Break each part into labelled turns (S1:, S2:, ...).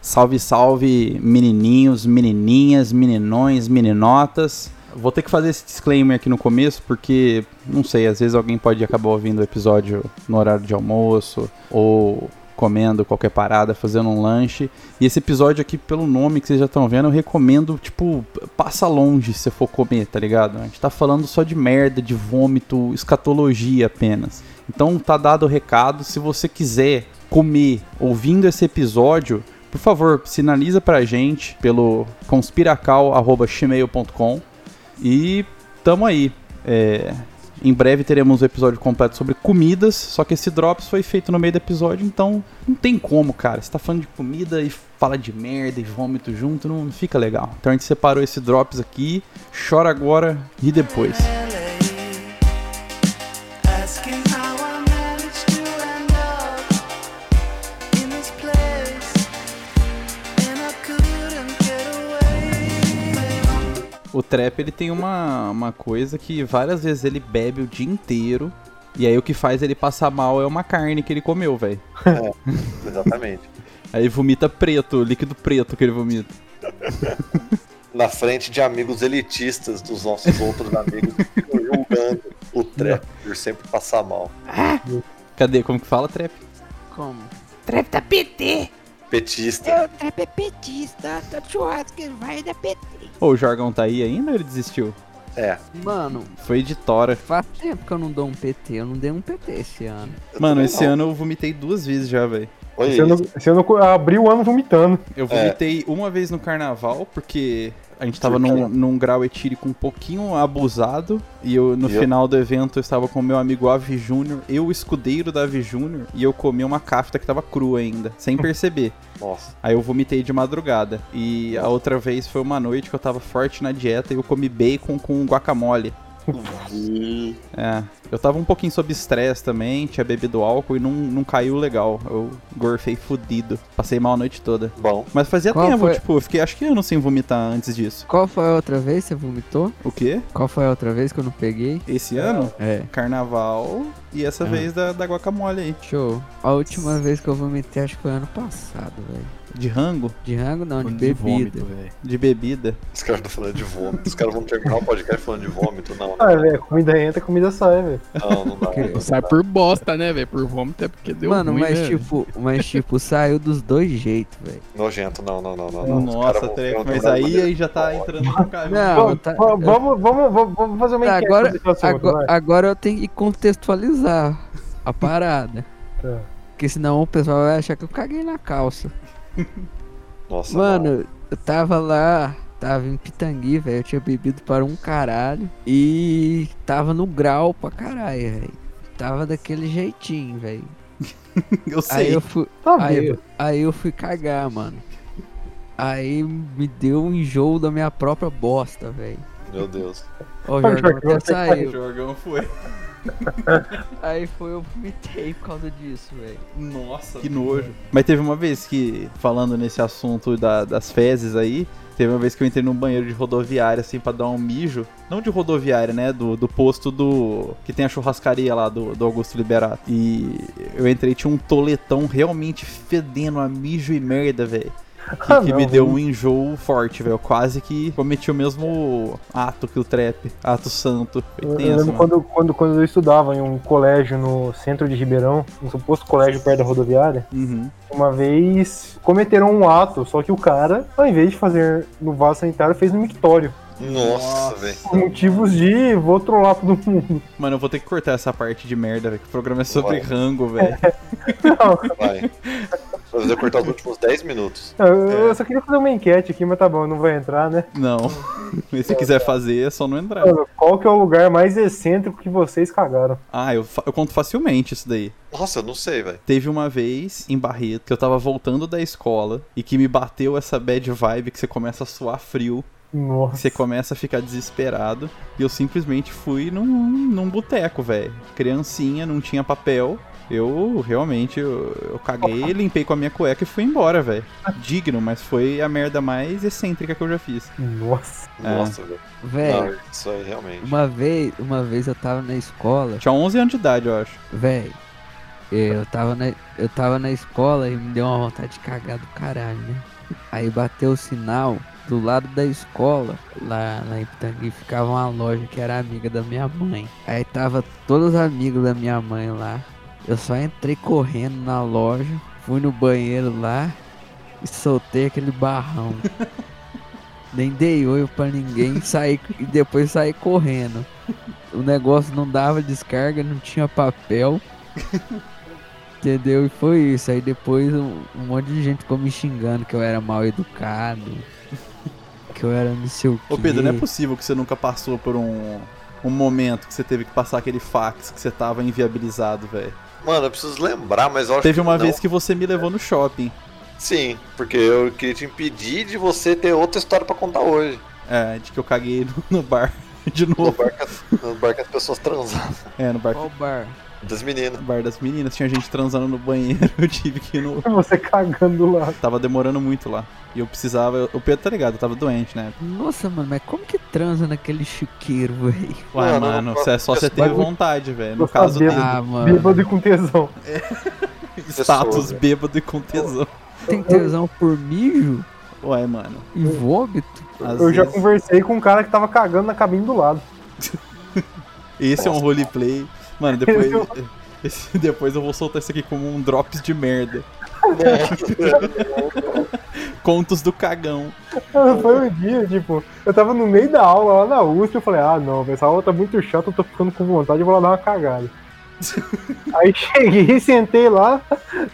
S1: Salve, salve, menininhos, menininhas, meninões, meninotas. Vou ter que fazer esse disclaimer aqui no começo, porque, não sei, às vezes alguém pode acabar ouvindo o episódio no horário de almoço, ou comendo qualquer parada, fazendo um lanche. E esse episódio aqui, pelo nome que vocês já estão vendo, eu recomendo, tipo, passa longe se for comer, tá ligado? A gente tá falando só de merda, de vômito, escatologia apenas. Então tá dado o recado, se você quiser comer ouvindo esse episódio, por favor, sinaliza pra gente pelo conspiracal.gmail.com e tamo aí. É, em breve teremos um episódio completo sobre comidas, só que esse Drops foi feito no meio do episódio, então não tem como, cara. Você tá falando de comida e fala de merda e vômito junto, não fica legal. Então a gente separou esse Drops aqui, chora agora e depois.
S2: Asking how I managed to end up in this place, and I couldn't get away.
S1: O trap, ele tem uma, uma coisa que várias vezes ele bebe o dia inteiro, e aí o que faz ele passar mal é uma carne que ele comeu, velho.
S3: Exatamente.
S1: Aí vomita preto, líquido preto que ele vomita.
S3: Na frente de amigos elitistas dos nossos outros amigos que ficam julgando o trap por sempre passar mal.
S1: Cadê? Como que fala trap?
S4: Como?
S5: Treta PT!
S3: Petista.
S5: Eu trapa é petista, tô churrasco que vai da PT.
S1: Ô, o Jorgão tá aí ainda ou ele desistiu?
S3: É.
S4: Mano,
S1: Foi editora.
S4: faz tempo que eu não dou um PT. Eu não dei um PT esse ano.
S3: eu
S1: Mano,
S3: também
S1: esse
S3: não.
S1: ano eu vomitei duas vezes já, velho.
S3: Olha
S6: Esse ano,
S3: É isso.
S6: esse ano abri o ano vomitando.
S1: Eu vomitei uma vez no carnaval, porque a gente tava
S3: Por quê?
S1: num, num grau etílico um pouquinho abusado. E eu, no
S3: E eu?
S1: final do evento, eu estava com meu amigo Avi Júnior, eu, o escudeiro da Avi Júnior, e eu comi uma cafta que tava crua ainda, sem perceber.
S3: Nossa.
S1: Aí eu vomitei de madrugada. E a outra vez foi uma noite que eu tava forte na dieta e eu comi bacon com guacamole. É, eu tava um pouquinho sob estresse também, tinha bebido álcool e não, não caiu legal. Eu gorfei fudido. Passei mal a noite toda.
S3: Bom,
S1: Mas fazia
S4: Qual
S1: tempo,
S4: foi?
S1: tipo, eu fiquei acho que ano sem vomitar antes disso.
S4: Qual foi a outra vez que você vomitou?
S1: O quê?
S4: Qual foi a outra vez que eu não peguei?
S1: Esse ano?
S4: É.
S1: Carnaval e essa
S4: Ah.
S1: vez da, da guacamole aí.
S4: Show. A última vez que eu vomitei acho que foi ano passado, velho.
S1: De rango?
S4: De rango não, de
S1: vômito,
S4: bebida.
S1: velho. De bebida.
S3: os caras estão falando de vômito. Os caras vão terminar o podcast falando de vômito? Não,
S6: Ah,
S3: não,
S6: velho, comida entra, comida sai, velho.
S3: não, não dá.
S4: Que-
S7: Sai por bosta, né, velho? Por vômito é porque deu
S4: Mano,
S7: ruim,
S4: mas
S7: né,
S4: tipo, mas tipo, saiu dos dois jeitos, velho.
S3: Nojento, não, não, não, não. não. Os né? caras
S1: Nossa,
S3: vão-
S1: treco,
S3: vão
S1: mas
S3: terminar
S1: aí,
S3: o
S1: aí já tá
S3: podcast.
S1: entrando no caminho.
S4: Não, tá.
S6: Ó, vamos, vamos, vamos, vamos fazer uma
S4: tá,
S6: enquete
S4: agora,
S6: é sobre esse assunto,
S4: agora,
S6: vai.
S4: agora eu tenho que contextualizar a parada.
S6: Tá.
S4: Porque senão o pessoal vai achar que eu caguei na calça.
S3: Nossa, mano.
S4: Mano, eu tava lá, tava em Pitangui, velho. Eu tinha bebido para um caralho. E tava no grau pra caralho, velho. Tava daquele jeitinho, velho.
S1: Eu
S4: Aí
S1: sei.
S4: eu fui.
S6: Tá
S4: Aí
S6: vendo?
S4: eu, aí eu fui cagar, mano. Aí me deu um enjoo da minha própria bosta, velho.
S3: Meu Deus.
S4: Ó, o
S6: Olha o
S4: Jorgão até
S6: Jorgão, você
S1: O
S4: saiu.
S1: Jorgão foi.
S4: Aí foi, eu vomitei por causa disso, velho.
S1: Nossa, que nojo. Mas teve uma vez que, falando nesse assunto da- das fezes aí, teve uma vez que eu entrei num banheiro de rodoviária, assim, pra dar um mijo. Não de rodoviária, né? Do, do posto do. que tem a churrascaria lá do, do Augusto Liberato. E eu entrei, tinha um toletão realmente fedendo a mijo e merda, velho. Que,
S6: Ah,
S1: que
S6: não,
S1: me deu
S6: velho.
S1: um enjoo forte, velho. Eu Quase que cometi o mesmo ato que o trap, ato santo. Foi
S6: Eu, eu
S1: tenso, né?
S6: lembro
S1: mano.
S6: quando, quando, quando eu estudava em um colégio no centro de Ribeirão, um suposto colégio perto da rodoviária,
S1: Uhum.
S6: uma vez cometeram um ato, só que o cara, ao invés de fazer no vaso sanitário, fez no mictório.
S3: Nossa, velho.
S6: Por motivos de vou trollar todo mundo.
S1: Mano, eu vou ter que cortar essa parte de merda, velho. Que o programa é sobre
S3: Vai.
S1: rango, velho.
S3: Vai. Vai fazer cortar os últimos 10 minutos.
S6: Eu, eu só queria fazer uma enquete aqui, mas tá bom, não vai entrar, né?
S1: Não. Mas se quiser fazer, é só não entrar.
S6: Mano, qual que é o lugar mais excêntrico que vocês cagaram?
S1: Ah, eu, fa- eu conto facilmente isso daí.
S3: Nossa, eu não sei, velho.
S1: Teve uma vez em Barreto que eu tava voltando da escola e que me bateu essa bad vibe que você começa a suar frio, que
S6: Nossa.
S1: você começa a ficar desesperado. E eu simplesmente fui num, num boteco, velho. Criancinha, não tinha papel. Eu realmente eu, eu caguei, limpei com a minha cueca e fui embora, velho. Digno, mas foi a merda mais excêntrica que eu já fiz.
S6: Nossa.
S1: É.
S3: Nossa, velho.
S4: Velho,
S3: Não, isso aí realmente.
S4: uma vez, uma vez eu tava na escola,
S1: Tinha 11 anos de idade, eu acho.
S4: velho. É, Eu tava, na, eu tava na escola e me deu uma vontade de cagar do caralho, né? Aí bateu o sinal do lado da escola, lá, lá em Pitangui, ficava uma loja que era amiga da minha mãe. Aí tava todos os amigos da minha mãe lá. Eu só entrei correndo na loja, fui no banheiro lá e soltei aquele barrão. Nem dei oi pra ninguém saí, e depois saí correndo. O negócio não dava descarga, não tinha papel. Entendeu? E foi isso. Aí depois um, um monte de gente ficou me xingando que eu era mal educado. Que eu era não sei o quê.
S1: Ô Pedro, não é possível que você nunca passou por um, um momento que você teve que passar aquele fax que você tava inviabilizado, velho.
S3: Mano, eu preciso lembrar, mas eu acho
S1: Teve
S3: que
S1: uma
S3: não.
S1: vez que você me levou no shopping.
S3: Sim, porque eu queria te impedir de você ter outra história pra contar hoje.
S1: É, de que eu caguei no, no bar de
S3: No
S1: novo.
S3: bar que, no bar que as pessoas transavam.
S1: É, no bar,
S4: Qual bar?
S3: Das meninas.
S1: no bar das meninas. Tinha gente transando no banheiro. Eu tive que ir no.
S6: Você cagando lá.
S1: Tava demorando muito lá. E eu precisava. eu- O Pedro tá ligado, eu tava doente, né?
S4: Nossa, mano, mas como que transa naquele chiqueiro, velho?
S1: Ué,
S3: Mano,
S1: mano,
S3: eu-
S1: cê- é só você teve
S6: eu-
S1: vontade, velho. No
S6: eu
S1: caso
S6: sabia.
S1: dele,
S4: Ah, mano.
S6: Bêbado e com tesão.
S1: status
S3: velho.
S1: bêbado e com tesão.
S4: Tem tesão por mijo
S1: Ué, mano.
S4: e vômito?
S1: às
S6: Eu já
S1: vezes-
S6: conversei com um cara que tava cagando na cabine do lado.
S1: Esse é um roleplay. Mano, depois. esse- depois eu vou soltar isso aqui como um drops de merda. Contos do cagão.
S6: Foi um dia, tipo, eu tava no meio da aula lá na USP, eu falei, ah não, velho, essa aula tá muito chata, eu tô ficando com vontade, eu vou lá dar uma cagada. Aí cheguei, sentei lá,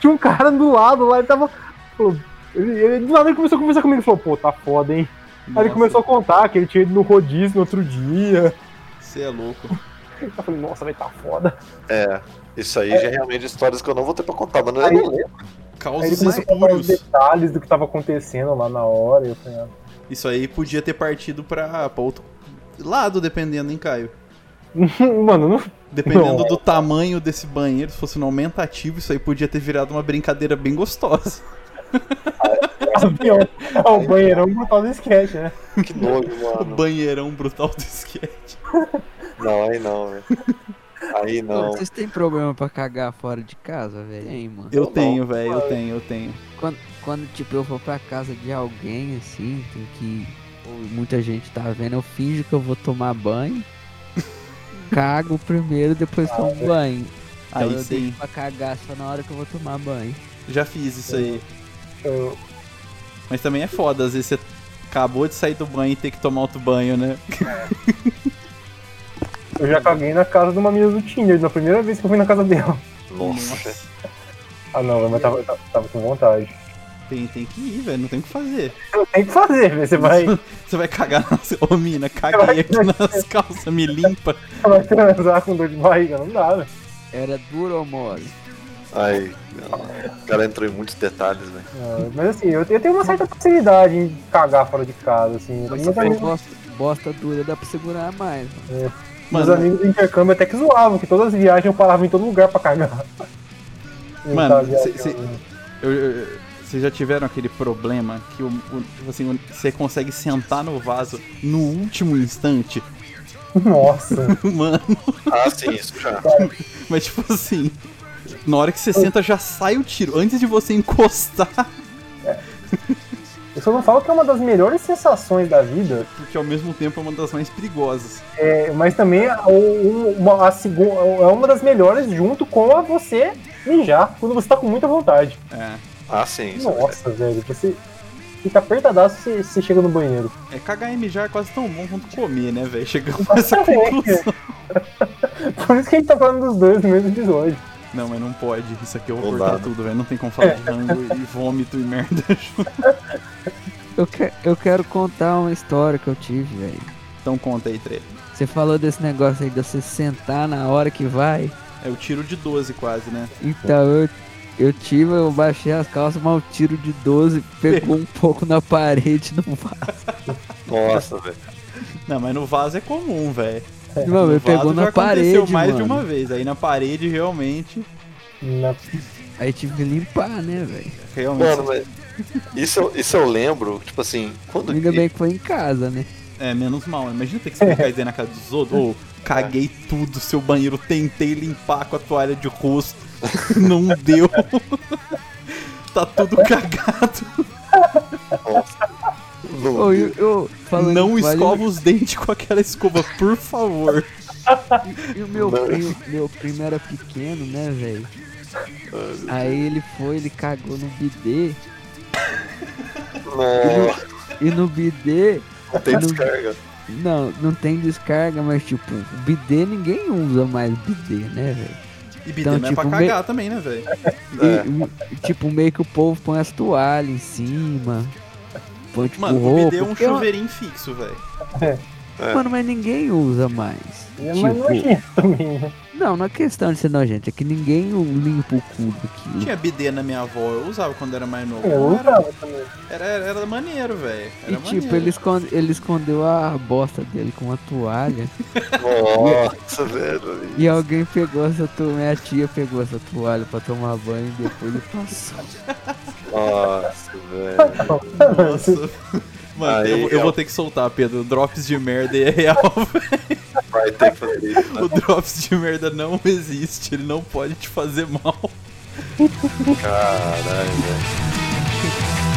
S6: tinha um cara do lado lá, ele tava. falou- Ele, ele- do nada ele começou a conversar comigo, ele falou, pô, tá foda, hein? Aí ele começou a contar que ele tinha ido no rodízio no outro dia.
S1: Você é louco.
S6: Eu falei, nossa, velho, tá foda.
S3: É. Isso aí já é realmente histórias que eu não vou ter pra contar, mas não é
S6: Aí-
S3: nem lembro.
S6: Aí ele
S1: Causos
S6: começou a contar os
S1: espúrios.
S6: detalhes do que tava acontecendo lá na hora. e Eu falei, ah,
S1: Isso aí podia ter partido pra, pra outro lado, dependendo, hein, Caio?
S6: mano, não
S1: Dependendo
S6: Não.
S1: do tamanho desse banheiro, se fosse um aumentativo, isso aí podia ter virado uma brincadeira bem gostosa.
S6: avião. É o banheirão brutal do sketch, né?
S3: Que nojo,
S6: Ah,
S1: O
S3: mano.
S1: Um banheirão brutal do esquete.
S3: Não, aí não, velho. Aí
S4: Mano,
S3: não.
S4: vocês têm problema pra cagar fora de casa, velho? Tem, mano.
S1: Eu
S3: Tá bom.
S1: tenho, velho, eu tenho, eu tenho.
S4: Quando, quando, tipo, eu vou pra casa de alguém, assim, tem que. ou Muita gente tá vendo, eu finjo que eu vou tomar banho. cago primeiro, depois tomo banho. Então
S1: Aí
S4: eu
S1: sim,
S4: deixo pra cagar só na hora que eu vou tomar banho.
S1: já fiz isso aí.
S6: Eu-
S1: Mas também é foda, às vezes você acabou de sair do banho e tem que tomar outro banho, né?
S6: Eu já caguei na casa de uma menina do Tinder, na primeira vez que eu fui na casa dela.
S3: Nossa.
S6: Ah não, mas tava, tava, tava com vontade.
S1: Tem, tem que ir, velho, não tem o que fazer.
S6: Tem que fazer, velho. Você vai,
S1: Você vai cagar nas... Ô, mina, caguei aqui nas calças, me limpa.
S6: vai transar com dor de barriga, não dá, né? velho.
S4: Era duro ou mole?
S3: Aí. O cara entrou em muitos detalhes, velho.
S6: Ah, Mas assim, eu, eu tenho uma certa facilidade em cagar fora de casa, assim.
S4: Mas se
S6: meus
S4: for
S6: amigos,
S4: bosta, bosta dura, dá pra segurar mais, mano.
S6: meus
S1: Mano,
S6: amigos do intercâmbio até que zoavam, que todas as viagens eu parava em todo lugar pra cagar. Eu
S1: Mano,
S6: tava
S1: cê-
S6: viajando.
S1: Eu- eu- eu- Vocês já tiveram aquele problema que o, o- tipo assim, o- você consegue sentar no vaso no último instante?
S6: Nossa,
S1: Mano,
S3: Ah, sim, isso já.
S1: mas tipo assim, na hora que você senta já sai o tiro, antes de você encostar,
S6: eu só não falo que é uma das melhores sensações da vida,
S1: porque ao mesmo tempo é uma das mais perigosas.
S6: é, mas também é um- uma, a segun- é uma das melhores junto com a você mijar, quando você tá com muita vontade.
S1: É,
S3: Ah, sim, isso é
S6: Nossa, velho, você fica apertadaço se você chega no banheiro.
S1: é cagar e mijar é quase tão bom quanto comer, né, velho? Chegamos a essa conclusão.
S6: Por isso que a gente tá falando dos dois no mesmo episódio.
S1: Não, mas não pode, isso aqui eu
S3: Não
S1: vou
S3: dá,
S1: cortar
S3: né?
S1: tudo, velho. Não tem como falar de rango e vômito e merda.
S4: Eu, que- eu quero contar uma história que eu tive, velho.
S1: Então conta aí, Tre.
S4: Você falou desse negócio aí de você sentar na hora que vai.
S1: É o tiro de 12 quase, né?
S4: Então eu, eu tive, eu baixei as calças, mas o tiro de 12 pegou um pouco na parede no vaso.
S3: Nossa, velho.
S1: Não, mas no vaso é comum, velho.
S4: Não,
S1: É, No
S4: ele pegou
S1: vaso já
S4: na
S1: aconteceu
S4: parede.
S1: mais
S4: mano.
S1: de uma vez. Aí na parede, realmente.
S6: Na-
S4: Aí tive que limpar, né, velho?
S1: Realmente.
S3: Mano, mas. Isso, eu- isso eu lembro, tipo assim, quando.
S4: Ainda bem que foi em casa, né?
S1: É, menos mal. né? Imagina ter que explicar isso aí na casa dos outros. Ô, caguei tudo, seu banheiro. Tentei limpar com a toalha de rosto. Não deu. tá tudo cagado.
S3: Não deu.
S4: Ô, eu, eu- falando
S1: Não
S4: isso,
S1: escova
S4: olha,
S1: os dentes com aquela escova, por favor.
S4: E o meu
S3: Não.
S4: primo, meu primo era pequeno, né, velho?
S1: Ah,
S4: Aí ele foi, ele cagou no bidê.
S3: Não,
S4: E no bidê,
S3: não tem
S4: Não.
S3: descarga.
S4: não, não tem descarga, mas tipo, bidê ninguém usa mais bidê, né, velho?
S1: E bidê
S4: Então,
S1: não é
S4: tipo,
S1: pra cagar também, né, velho?
S3: É.
S4: E, e, tipo, meio que o povo põe as toalhas em cima. Põe tipo
S1: Mano, o
S4: roupa.
S1: bidê é um
S4: porque,
S1: chuveirinho fixo, velho.
S4: Mano, mas ninguém usa mais.
S6: É mais
S4: tipo,
S6: nojento também, né?
S4: não, não é questão de ser nojento, é que ninguém limpa o cu daquilo.
S1: Tinha bidê na minha avó, eu usava quando era mais novo.
S6: Eu
S1: Era,
S6: usava também.
S1: era, era maneiro, velho.
S4: E
S1: Era
S4: tipo,
S1: maneiro.
S4: ele, esconde- ele escondeu a bosta dele com uma toalha.
S3: Nossa, velho.
S4: e alguém pegou essa toalha, minha tia pegou essa toalha pra tomar banho e depois ele passou.
S3: Nossa, velho.
S1: Nossa. Mano,
S3: Aí,
S1: eu, eu
S3: ó.
S1: vou ter que soltar, Pedro. O drops de merda é real.
S3: Vai ter que fazer isso.
S1: o drops de merda não existe. Ele não pode te fazer mal.
S3: Caralho, velho.